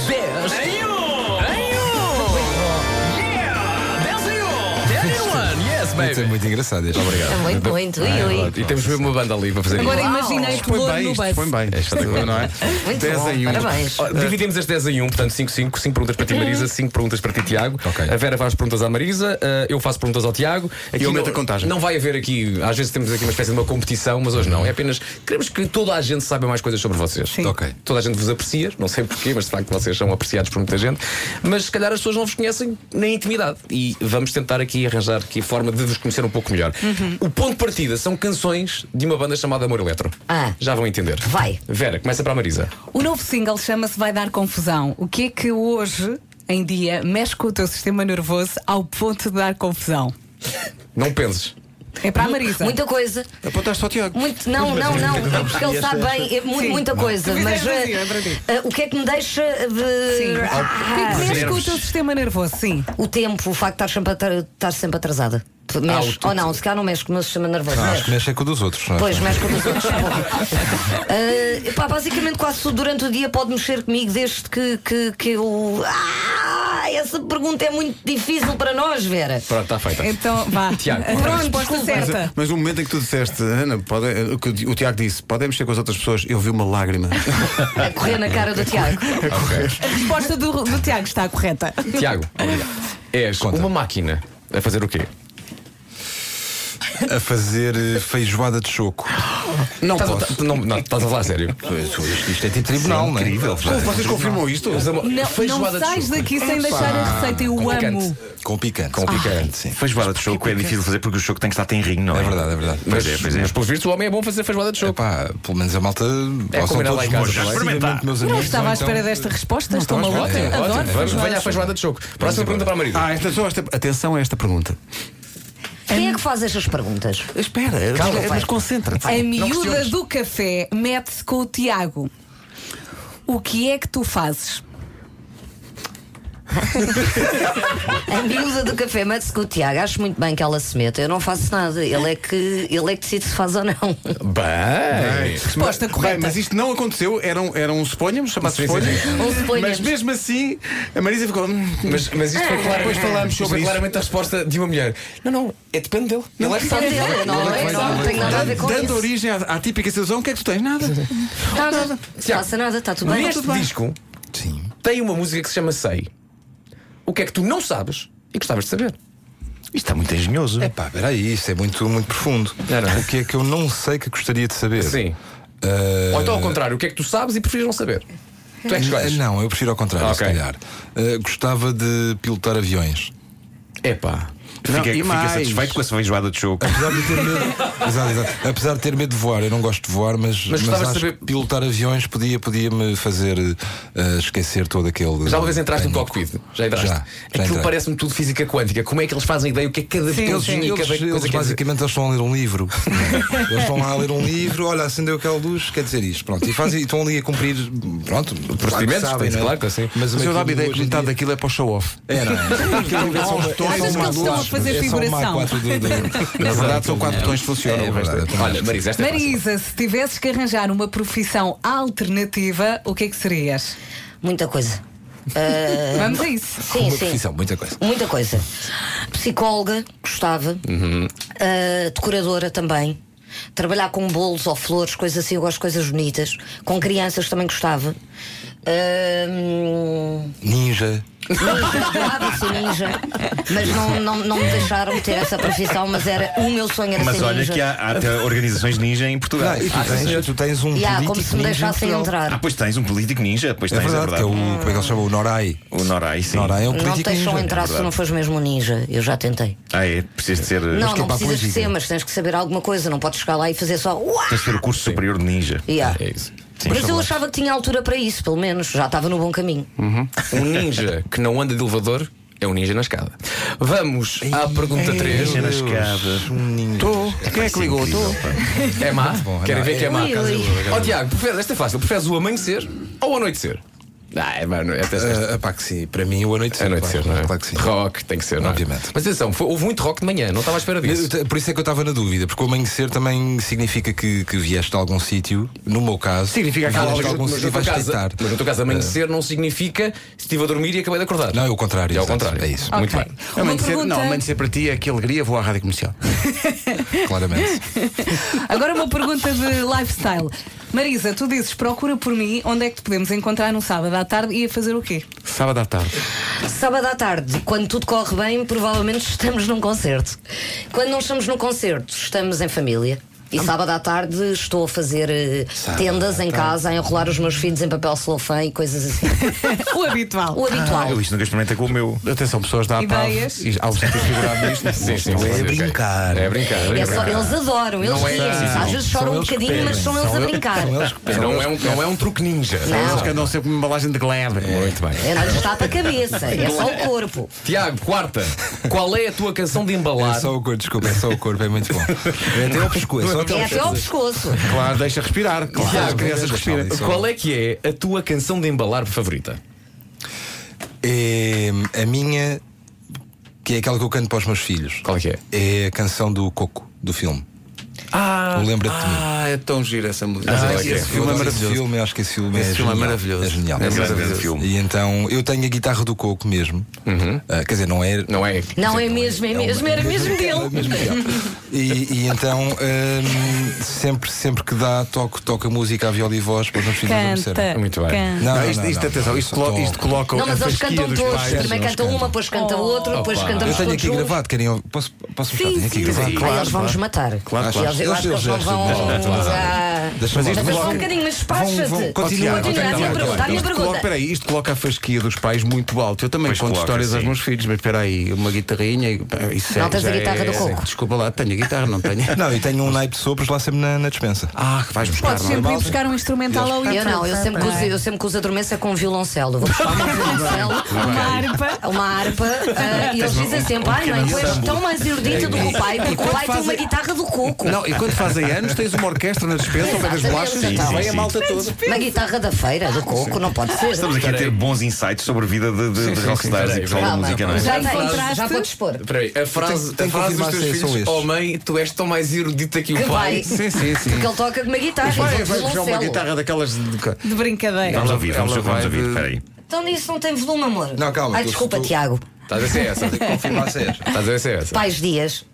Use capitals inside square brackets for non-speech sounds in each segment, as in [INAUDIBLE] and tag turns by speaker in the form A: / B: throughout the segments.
A: um.
B: Muito, é muito engraçado este. É
A: Obrigado.
C: Muito, muito. Ui, ui.
A: E temos mesmo uma banda ali para fazer
D: Agora
A: isso.
D: imaginei
E: Põe
D: explodor
E: bem,
D: no
E: isto
D: beijo.
E: põe bem.
A: É espetacular, não é?
C: Muito
E: 10
C: bom.
E: em 1.
C: Parabéns.
A: Ó, Dividimos as 10 em 1, portanto 5, 5, 5 perguntas para ti, Marisa, 5 perguntas para ti, Tiago.
B: Ok.
A: A Vera faz perguntas à Marisa, eh, eu faço perguntas ao Tiago. Aqui
E: eu
A: não-
E: meto a contagem.
A: Não vai haver aqui, às vezes temos aqui uma espécie de uma competição, mas hoje não. É apenas queremos que toda a gente saiba mais coisas sobre vocês.
D: Sim.
B: Ok.
A: Toda a gente vos aprecia, não sei porquê, mas de facto vocês são apreciados por muita gente. Mas se calhar as pessoas não vos conhecem na intimidade. E vamos tentar aqui arranjar aqui a forma de vos conhecer um pouco melhor. O ponto de partida são canções de uma banda chamada Amor Eletro.
C: Ah.
A: Já vão entender.
C: Vai.
A: Vera, começa para a Marisa.
D: O novo single chama-se Vai Dar Confusão. O que é que hoje, em dia, mexe com o teu sistema nervoso ao ponto de dar confusão?
A: Não penses.
D: É para a Marisa.
C: Muita coisa.
E: Apontaste ao Tiago.
C: Muito, não, não, não, é porque ele sabe bem é mu-
D: Sim.
C: muita coisa.
D: Tu fizeste
C: Mas
D: assim, é para ti.
C: eh, eh, o que é que me deixa
D: Sim.
C: de.
D: O que é
C: Ah,
D: que mexe com o
E: nervos.
D: teu sistema nervoso? Sim.
C: o tempo, o facto de estar sempre, atra- estar sempre atrasada. Tu- Mexe,
A: tu-
C: ou não, se calhar não mexe com o meu sistema nervoso.
B: Ah,
C: Mexe.
B: Acho que mexe é com o dos outros. não é?
C: Pois, mexe com os outros. [LAUGHS] uh, pá, basicamente, quase tudo durante o dia pode mexer comigo, desde que, que, que eu. Ah, essa pergunta é muito difícil para nós, Vera.
A: Pronto, tá está feita.
D: Então, vá.
A: Tiago,
D: a resposta
C: desculpa.
D: certa.
E: Mas no momento em que tu disseste, Ana, pode, eh, o que o Tiago disse, podem mexer com as outras pessoas, eu vi uma lágrima.
C: A correr na cara do Tiago.
E: É
D: A resposta do, do Tiago está correta.
A: Tiago, és
B: Conta.
A: uma máquina a fazer o quê?
B: A fazer eh, feijoada de choco.
A: Não posso. não, não, estás a falar a sério.
B: Isto é tipo tribunal, não é? Incrível.
E: Pô, Vocês confirmam isto?
A: Mas é amor,
D: Não, não sais daqui sem deixar a receita. Eu o amo.
B: Com picante.
A: Com picante,
B: sim.
F: Feijoada de choco é difícil de fazer porque o choco tem que estar tenrinho, não é?
B: É verdade, é verdade.
A: Mas,
F: Pois é, pois é.
A: mas pelos vistos o homem é bom fazer feijoada de choco.
B: Epá, pelo menos a malta.
A: É
B: ou são
A: combinar
B: todos
A: lá em casa,
B: bons,
A: já
F: experimentar.
B: meus
D: Não
B: amigos,
D: estava
B: ou
D: à
B: então-
D: espera desta resposta. Estou
B: estava à
D: maluca.
B: espera.
D: Adoro.
A: Ótimo, vamos,
D: feijoada
A: venha à
D: de
A: feijoada de choco. Próxima pergunta para a Marisa.
E: Ah, esta, só esta, atenção a esta pergunta.
C: Quem é que faz estas perguntas?
E: Espera, eh,
C: Calma,
E: mas,
C: pai.
E: mas
C: É
E: concentra-te.
D: A miúda do café mete-se com o Tiago. O que é que tu fazes?
C: A miúda do café mete-se com o Tiago. Acho muito bem que ela se meta. Eu não faço nada. Ele é que, ele é que decide se faz ou não.
A: Bem,
D: Resposta correta.
E: Bem, mas isto não aconteceu, eram, eram um suponhamos, chama-se
A: Sim, sim,
E: suponhamos.
A: sim.
C: Ou se põe
E: Mas mesmo assim, a Marisa ficou. "Hum,
A: mas, mas
D: Ah.
A: isto foi claro.
E: Depois falámos
A: isto
E: sobre
A: foi
E: isso.
A: claramente a resposta de uma mulher. Não, não, é depende dele. Ele é que sabe.
C: Depende dele, não é? Não tem nada a ver com
E: Dando
C: isso.
E: origem à, à típica situação, o que é que tu tens? Nada.
C: Nada. Não passa nada, está tudo bem.
A: Neste disco
B: Sim.
A: tem uma música que se chama Sei. O que é que tu não sabes e gostavas de saber?
F: Isto está muito engenhoso.
B: Epá, peraí, isto é muito, muito profundo.
A: Não, não.
B: O que é que eu não sei que gostaria de saber?
A: Sim.
B: Eh,
A: Ou então ao contrário, o que é que tu sabes e preferes não saber? Tu é que escolhes.
B: Não, eu prefiro ao contrário,
A: Ok.
B: se calhar. Eh, gostava de pilotar aviões.
A: Epá.
E: Não,
F: fica
E: e
F: fica
E: mais?
F: satisfeito com essa feijoada de choco.
B: Apesar de ter medo. Exato, exato. Apesar de ter medo de voar, eu não gosto de voar, mas,
A: Mas gostava de
B: acho
A: saber-
B: que pilotar aviões podia, podia me fazer eh, esquecer todo aquele.
A: Já uma vez entraste no
B: Tenho-
A: cockpit? Já entraste?
B: Já, já
A: Aquilo
B: entrei.
A: parece-me tudo física quântica. Como é que eles fazem ideia? O que é que cada
D: Sim,
A: peso
D: sim.
A: e
B: Eles,
A: cada
B: eles
A: coisa quer dizer?
B: basicamente eles estão a ler um livro. eles estão lá a ler um livro, olha, acendeu aquela luz, quer dizer isto. Pronto, e, fazem, e estão ali a cumprir pronto, claro que
A: Procedimentos,
B: sabem,
A: sim,
B: não é?
A: claro que sim.
B: Mas,
E: Mas eu dava a ideia
B: hoje
E: que
B: em
E: metade
B: dia-
E: daquilo é para o show-off.
B: É, não é?
D: Achas que eles estão a fazer
B: É só uma
D: figuração?
B: A4 do- do-
E: Na verdade, são quatro botões que funcionam.
B: É
E: o resto é-
B: verdade, eu também
A: Olha, Marisa, esta é fácil.
D: Marisa, se tivesses que arranjar uma profissão alternativa, o que é que serias?
C: Muita coisa. Ah,
D: Vamos a isso.
C: sim,
B: Uma
C: sim.
B: profissão, muita coisa.
C: Muita coisa. Psicóloga, gostava.
F: Uhum.
C: Ah, decoradora também. Trabalhar com bolos ou flores, coisas assim, eu gosto de coisas bonitas. Com crianças também gostava. Ahm,
B: Ninja.
F: [LAUGHS]
C: ninja, gostava de ser ninja. Mas não, não, não me deixaram ter essa profissão, mas era o meu sonho era
F: Mas
C: ser
F: olha
C: É ninja.
F: que há, há até organizações ninja em Portugal.
B: Não, e tu,
F: Ah, sim.
B: tens, tu tens um.
C: E há
B: político
C: como se
B: ninja
C: me
B: em
C: deixassem
B: Portugal.
F: Ah,
C: entrar.
F: pois tens um político ninja, pois
B: É
F: tens,
B: verdade, que é o. Como é que ele se chama? O Norai.
F: o... Norai, sim.
B: Norai é um
C: Não te
B: político
C: deixam
B: ninja.
C: entrar se
F: verdade.
C: não fores mesmo um ninja. Eu já tentei.
F: Ah, é? Precisas de ser.
C: Não,
B: que é
C: não
B: para a
C: precisas de
B: política.
C: ser, mas tens que saber alguma coisa. Não podes chegar lá e fazer só. "Uau!"
F: Tens de ter o curso superior de ninja.
C: Yeah.
A: É isso.
F: Sim,
C: Mas eu
F: favor.
C: achava que tinha altura para isso, pelo menos. Já estava no bom caminho.
B: Hum.
A: Um ninja que não anda de elevador é um ninja na escada. Vamos à pergunta 3.
F: Ninja na escada.
E: Estou. Quem é que ligou? Estou.
A: É má?
B: bom,
A: Querem
B: não,
A: ver que é
B: é-
A: má?
C: Ui, ui.
A: Ó Tiago, preferes- esta é fácil. Preferes o amanhecer ou o anoitecer? Ah, é, mano, é até
B: Ah, pá, que sim, para mim o anoitecer.
A: Anoitecer,
B: claro,
A: não é?
B: Claro que sim.
A: Rock, tem que ser, não é?
B: Obviamente.
A: Mas atenção, foi- houve muito rock de manhã, não estava à espera disso.
B: Por isso é que eu estava na dúvida, porque o amanhecer também significa que, que vieste de algum sítio, no meu caso.
E: Significa que há
B: vieste de
E: alguém-
B: algum
A: Mas
B: sítio
A: no,
B: e
A: teu
B: vais
A: caso,
B: deitar. É.
A: mas no teu caso, amanhecer não significa estive a dormir e acabei de acordar.
B: Não, é o contrário.
A: É o
B: exato.
A: contrário.
B: É isso,
D: Ok.
A: Muito bem.
D: Uma
E: Amanhecer,
D: pergunta.
E: não, amanhecer para ti é que alegria, vou à rádio comercial.
B: claramente.
D: Agora uma pergunta de lifestyle. Marisa, tu dizes procura por mim, onde é que te podemos encontrar no sábado à tarde e a fazer o quê? [LAUGHS]
E: Sábado à tarde.
C: Sábado à tarde, quando tudo corre bem, provavelmente estamos num concerto. Quando não estamos num concerto, estamos em família.
B: Ah.
C: E sábado à tarde estou a fazer eh, tendas em casa, a enrolar os meus filhos em papel celofã e coisas
B: [LAUGHS]
C: assim.
D: o habitual.
C: O habitual.
F: Ah, eu isto nunca experimentei com o meu.
E: Atenção, pessoas da APAV.
D: Ideias?
E: E Há um sentido figurado
A: Sim,
E: nisto.
A: sim, sim,
B: É
A: sim, ok.
B: brincar.
A: É brincar. É
C: É
A: brincar.
C: só- eles adoram, eles
A: Não é-
C: riem.
A: sim, sim.
C: Às vezes choram um bocadinho, mas são eles a brincar.
A: É, não, é um, não
B: [LAUGHS]
A: é um truque ninja.
E: Eles que andam sempre com uma embalagem de Glebe.
A: Muito bem.
C: É, não lhes tapa a cabeça, é só o corpo.
A: Tiago, quarta, qual é a tua canção de embalar?
B: É só o corpo, desculpa, é só o corpo, é muito bom. É até ao pescoço. é só até ao
C: É até ao
B: pescoço.
C: pescoço.
E: Claro, deixa respirar. Claro,
A: Tiago,
E: as crianças respiram.
B: Deixa-me só-
A: Qual é que é a tua canção de embalar favorita?
B: É a minha, que é aquela que eu canto para os meus filhos.
A: Qual é que é?
B: É a canção do Coco, do filme.
A: Ah,
B: O Lembra-te de mim.
E: Ah, é tão gira essa música.
A: Ah,
E: esse,
A: ok.
E: esse filme é
B: Eu adoro esse
E: maravilhoso.
B: filme, eu acho que esse filme,
E: Esse
B: é,
E: filme é
B: genial.
E: maravilhoso.
B: É genial.
E: É
F: Um grande, grande
E: maravilhoso.
F: filme.
B: E então eu tenho a guitarra do Coco mesmo. Ah, quer dizer, não é.
A: Uhum. Não é?
C: Não, é mesmo, é mesmo, era mesmo
B: É
C: dele.
B: mesmo dele. e, e então hum, sempre, sempre que dá, toco, toco a música à viola e voz para os meus filhos adormecerem.
D: Canta.
A: Muito bem.
D: canta.
B: Não,
E: Não,
B: não,
E: isto,
B: não,
E: isto, é
B: não,
E: atenção,
B: não,
E: isto,
B: não,
E: colo-
B: não.
E: isto coloca
C: Não, mas
E: a
C: eles
E: fasquia
C: cantam
E: dos
C: todos.
E: pais.
C: Primeiro
B: eles
C: canta uma,
B: cantam.
C: depois canta outra, depois
A: Opa.
C: cantamos
B: Eu tenho
C: todos
B: aqui
C: juntos.
B: gravado, querem. Posso, posso mostrar?
D: Sim,
B: tenho aqui
D: sim,
B: gravado.
C: Ah, eles vão nos matar.
E: Claro,
C: Eles-
E: claro.
C: Eu acho que eles não
B: Eles-
C: vão.
B: eles- eles-
C: já-
B: Deixa-me
C: Mas
B: lá.
C: é só um
E: Coloca-
C: bocadinho, mas despacha-te.
B: Vão- vão-
E: Continua,
B: Continua,
C: continua,
B: continua,
C: a minha
B: continua.
C: pergunta, a minha
E: Isto coloca,
C: pergunta.
E: espera aí, isto coloca a fasquia dos pais muito alto. Eu também
F: Pois
E: conto
F: coloca,
E: histórias aos
F: sim.
E: meus filhos, mas espera aí, uma guitarrinha. e- pá, Isso
C: Não
E: é,
C: tens
E: já
C: a guitarra
E: é-
C: do Coco?
E: Desculpa lá, tenho a guitarra, não tenho.
B: [LAUGHS] Não, eu tenho um naipe de sopros lá sempre na, na dispensa.
E: Ah, que vais buscar.
D: Podes
E: não é?
D: sempre ir buscar um instrumental ao
C: Eu não, eu sempre que uso, eu sempre que uso a dormência com um violoncelo. Eu vou buscar um violoncelo.
D: Uma harpa.
C: Uma harpa, ah, e eles dizem sempre: Ai, mãe, tu és tão mais erudita do que o pai, porque o pai tem uma guitarra do coco.
E: Não, e quando fazem anos, tens uma orquestra na despensa, ao pé das
C: Exatamente,
E: bolachas, e
C: então.
E: vai
F: Sim,
E: Tá, a
F: sim.
E: malta toda.
C: Uma guitarra da feira, do coco, não pode ser.
F: Estamos aqui a ter bons insights sobre a vida de, de, de rockstars
A: sim,
F: e pessoal da
C: Calma,
F: música, não é?
C: já,
D: Já
C: tem,
D: encontraste?
C: já vou dispor.
A: Espera aí, a frase,
B: Tenho- tenho
A: a frase dos teus
B: que afirmar se é são
A: filhos,
B: estes.
A: oh mãe, tu és tão mais erudita que
C: Que
A: o pai.
C: vai.
E: Sim, sim, sim.
C: Porque ele toca com uma guitarra,
E: é,
C: um
E: Vai,
C: ele
E: vai puxar
C: toca com
E: uma
C: violoncelo.
E: guitarra daquelas de. de-
D: De brincadeira.
F: Vamos ouvir, vamos,
E: Ela
F: vamos
E: vai
F: ouvir,
E: de-
F: espera aí.
C: Então nisso não tem volume, amor.
B: Não, calma,
C: Ai,
B: tu-
C: desculpa,
B: tu-
C: Tiago.
A: Estás a ser
C: [LAUGHS]
A: essa? Estás a ser essa?
C: Pais Dias.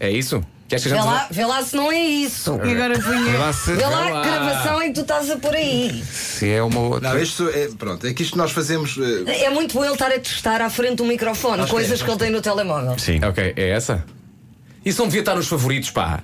A: É isso? Queres que a
C: Vê
A: gente-
C: lá, vê lá se não é isso.
D: E agora punha.
E: Lá se-
C: Vê lá
A: lá.
C: a gravação em que tu estás a por aí.
E: Se é uma outra.
B: Não, isto é. Pronto, é que isto nós fazemos. eh,
C: É muito bom ele estar a testar à frente do microfone coisas que ele tem no telemóvel.
F: Sim.
A: Ok, é essa? Isso não devia estar nos favoritos, pá.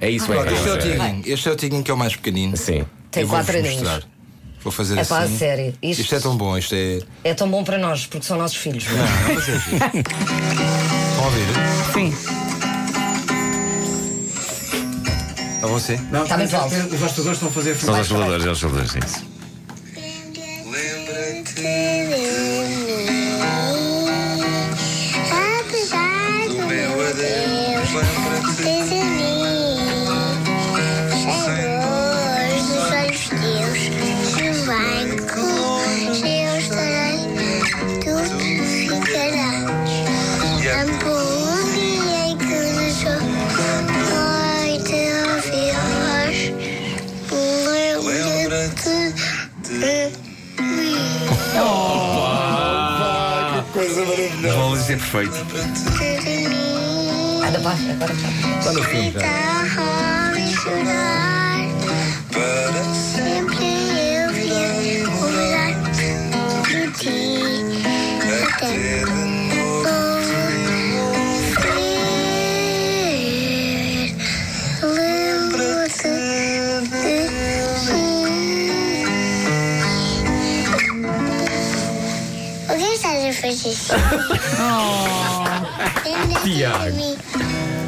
A: É isso, é,
B: Pronto, este é o
A: é, é.
B: Tiguinho. Este é o Tiguinho que é o mais pequenino.
A: Sim.
C: Tem
B: Eu vou-vos
C: quatro aninhos.
B: mostrar. Vou fazer
C: É
B: assim.
C: pá, a sério, isto-
B: é tão bom, isto é.
C: É tão bom para nós, porque são nossos filhos.
B: Não, não, mas é giro. Estão a ouvir?
D: Sim.
B: A você?
E: Não, é
C: Está muito alto.
E: Os hostadores estão a fazer
F: São os soldadores, eles soldadores, sim. sim.
G: Lembra-te de mim, apesar do meu adeus. Lembra-te de mim, sem dor dos olhos teus. Se bem com eu estarei, tu ficarás. Tampouco em que deixou noite a ver Lembra-te de mim.
F: Os Lollies é perfeito.
C: Anda, pá, agora tá. pá.
B: Está no fim já.
G: Guitarra e chorar. Sempre eu vim cuidar de ti. Até morrer. Lembro-te de mim. O que estás a fazer? Lembra-te de mim.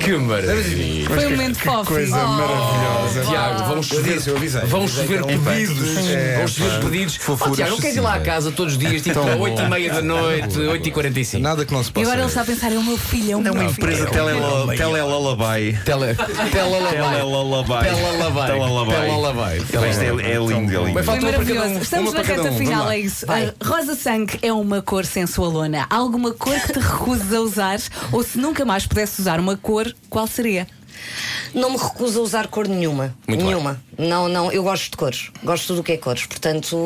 A: Que maravilha.
D: Foi
B: [LAUGHS]
D: um momento fofo.
E: Coisa maravilhosa.
A: Tiago, vão
B: Eu
A: chover,
B: disse, eu avisei.
A: vão
B: Avisei
A: chover
E: então,
B: que era um
A: pedidos.
B: É,
A: vão chover pedidos. Oh, Tiago, não queres ir lá a casa todos os dias, tipo, a 8h30 da noite, 8h45.
B: Nada que não se
D: E
B: possa.
D: agora ele está a pensar, é o meu filho, é o meu filho.
F: Empresa Telelo- Telelolabai.
A: Tela, tela
F: Telelolabai.
A: Telelalabai. Telelalabai.
F: Telelolabai. Bem, Isto é é lindo, é lindo.
A: Bem,
D: Foi
A: Falta uma para cada
D: maravilhoso.
A: um,
D: Estamos
B: uma
D: na
B: para cada
D: reta
B: um,
D: final,
B: vamos lá.
D: é isso. Uh, rosa sangue é uma cor sensualona. Há alguma cor que te recusas a usar? Ou se nunca mais pudesse usar uma cor, qual seria?
C: Não me recuso a usar cor nenhuma.
A: Muito bem.
C: nenhuma. Não, não, eu gosto de cores. Gosto de tudo o que é cores. Portanto,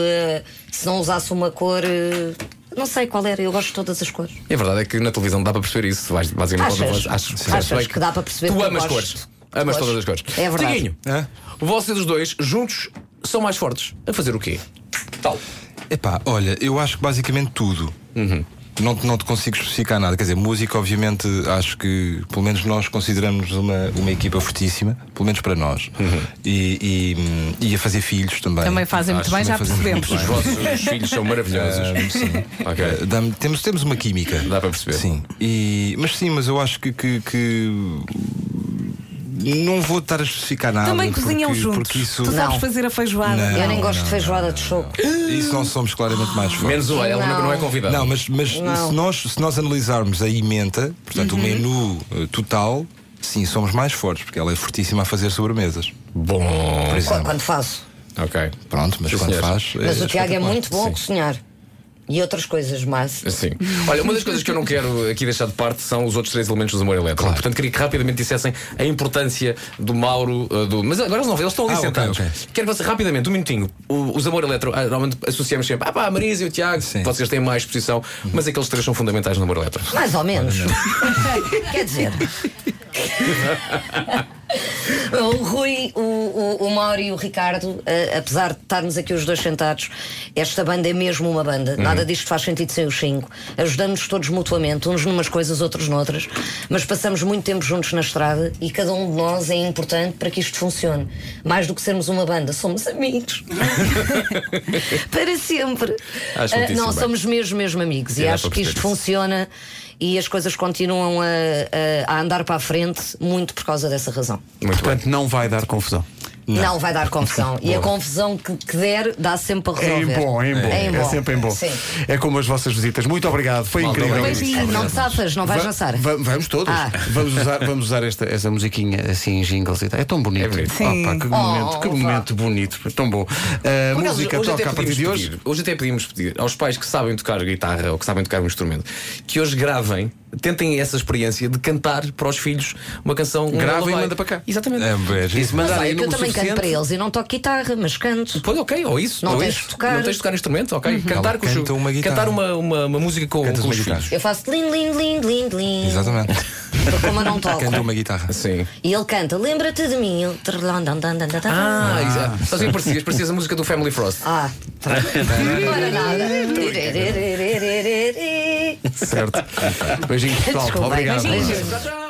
C: eh, se não usasse uma cor. eh, Não sei qual era, eu gosto de todas as cores.
A: E a verdade é que na televisão dá para perceber isso. Vais, basicamente,
C: Achas?
A: quando vais- acho,
C: Sim.
A: acho
C: Achas
A: bem
C: que dá para perceber
A: Tu
C: que eu
A: amas
C: gosto
A: cores.
C: de
A: Amas
C: cores.
A: todas as cores.
C: É verdade.
A: Tiguinho,
B: Hã?
A: vocês os dois, juntos, são mais fortes. A fazer o quê? Tal.
B: Epá, olha, eu acho que basicamente tudo.
A: Uhum.
B: Não, te- não te consigo especificar nada. Quer dizer, música, obviamente, acho que pelo menos nós consideramos uma, uma equipa fortíssima, pelo menos para nós.
A: Uhum.
B: E, e, hum, e a fazer filhos também.
D: Também fazem muito
B: Acho que
D: bem, já
B: também fazemos
D: percebemos.
A: Os
B: muito bem.
A: vossos filhos são maravilhosos.
B: Ah, sim.
A: Ok.
B: Eh, dá-me- temos, temos uma química.
A: Dá para perceber.
B: Sim. E, mas sim, mas eu acho que. que- que não vou estar a especificar nada.
D: Também cozinham
B: Ah, porque,
D: juntos.
B: Porque isso,
D: Tu sabes
C: Não.
D: fazer a feijoada.
B: Não,
C: eu nem gosto
B: não,
C: de feijoada de choco.
B: isso não somos claramente mais fortes.
A: Menos o ela não,
C: Não.
A: não é convidada.
B: Não, mas, mas
C: Não. Uhum.
B: Se, nós, se nós analisarmos a emenda, portanto, o menu eh, total, sim, somos mais fortes, porque ela é fortíssima a fazer sobremesas.
A: Bom.
B: Por
C: Qu-
B: exemplo.
C: Quando faço.
A: Ok.
B: Pronto, mas
A: Sim,
B: quando
A: senhor.
B: faz. eh,
C: Mas o Tiago é
B: espetacular.
C: muito bom a
B: Sim.
C: cozinhar. E outras coisas mais.
A: Sim. Olha, uma das coisas que eu não quero aqui deixar de parte são os outros três elementos do humor elétrico. Portanto, queria que rapidamente dissessem a importância do Mauro. eh, do... Mas agora eles não vêem, eles estão ali
B: Ah, ok,
A: sentados.
B: ok.
A: Quero que vocês, rapidamente, um minutinho. O- os amor eletro, ah, normalmente associamos sempre. Ah, pá, a Marisa e o Tiago,
B: Sim.
A: vocês têm mais exposição, mas aqueles três são fundamentais no amor eletro.
C: Mais ou menos. [LAUGHS] Quer
A: [LAUGHS]
C: dizer. O Rui, o, o, o Mauro e o Ricardo, eh, apesar de estarmos aqui os dois sentados, esta banda é mesmo uma banda.
A: Uhum.
C: Nada disto faz sentido sem os cinco. Ajudamos todos mutuamente, uns numas coisas, outros noutras, mas passamos muito tempo juntos na estrada e cada um de nós é importante para que isto funcione. Mais do que sermos uma banda, somos amigos.
A: [LAUGHS]
C: [LAUGHS] para sempre.
A: Acho
C: Ah,
A: muitíssimo
C: não,
A: bem.
C: somos mesmo, mesmo amigos.
A: Sim,
C: e
A: dá
C: acho
A: para
C: que isto
A: perceber isso.
C: funciona e as coisas continuam a, a- a andar para a frente muito por causa dessa razão.
A: Muito bem.
E: Portanto, não vai dar confusão.
C: Não, vai
A: [LAUGHS]
C: dar confusão. e a confusão que, que der dá sempre para
E: É em
C: resolver.
E: bom, é em bom. É, sempre em bom.
C: Sim.
E: É como as vossas visitas. Muito obrigado, foi
A: Malta,
E: incrível.
A: obrigado.
C: Ah, Não te safas, não vais
E: Va-
C: dançar.
E: va- vamos todos.
C: Ah.
E: Vamos usar, vamos usar esta, esta musiquinha assim em jingles e tal. É tão bonito.
A: É bonito.
D: Sim.
E: Opa, que momento, que
C: vá.
E: momento bonito. É Tão bom. A
A: Por acaso,
E: música
A: hoje
E: toca
A: até
E: a partir
A: podíamos
E: de hoje.
A: pedir- Hoje até podíamos pedir aos pais que sabem tocar guitarra ou que sabem tocar um instrumento que hoje gravem, tentem essa experiência de cantar para os filhos uma canção. um
E: Gravem e
A: lullaby.
E: manda para cá.
A: Exatamente.
B: É, bem,
E: E se mandar
C: Mas olha
E: aí número
C: que eu também canto para
E: suficiente.
C: eles e não toco guitarra, mas canto.
A: Pois ok, ou isso.
C: Não
A: ou
C: tens
A: isso.
C: de tocar. Uhum.
A: Não tens de tocar instrumento, ok. Cantar
B: Ela
A: com os
B: canta uma guitarra.
A: Cantar uma, uma, uma música com,
B: Cantas
A: com
B: uma
A: os
B: guitarra.
A: filhos.
C: Eu faço lindo, lindo, lindo, lindo, lindo.
B: Exatamente.
C: [LAUGHS] Como
A: [LAUGHS]
C: eu não toco.
B: Canta uma guitarra.
A: Sim.
C: E ele canta, lembra-te de mim. eu- trrlão, dan, dan, dan, dan, dan.
A: Ah, exato. Sabes o que parecias? Parecias a música do Family Frost.
C: Ah, pronto. Não era nada. Certo.
E: Beijinho pessoal.
C: Desculpa,
E: Obrigado.
C: beijinhos.
A: Tchau, tchau.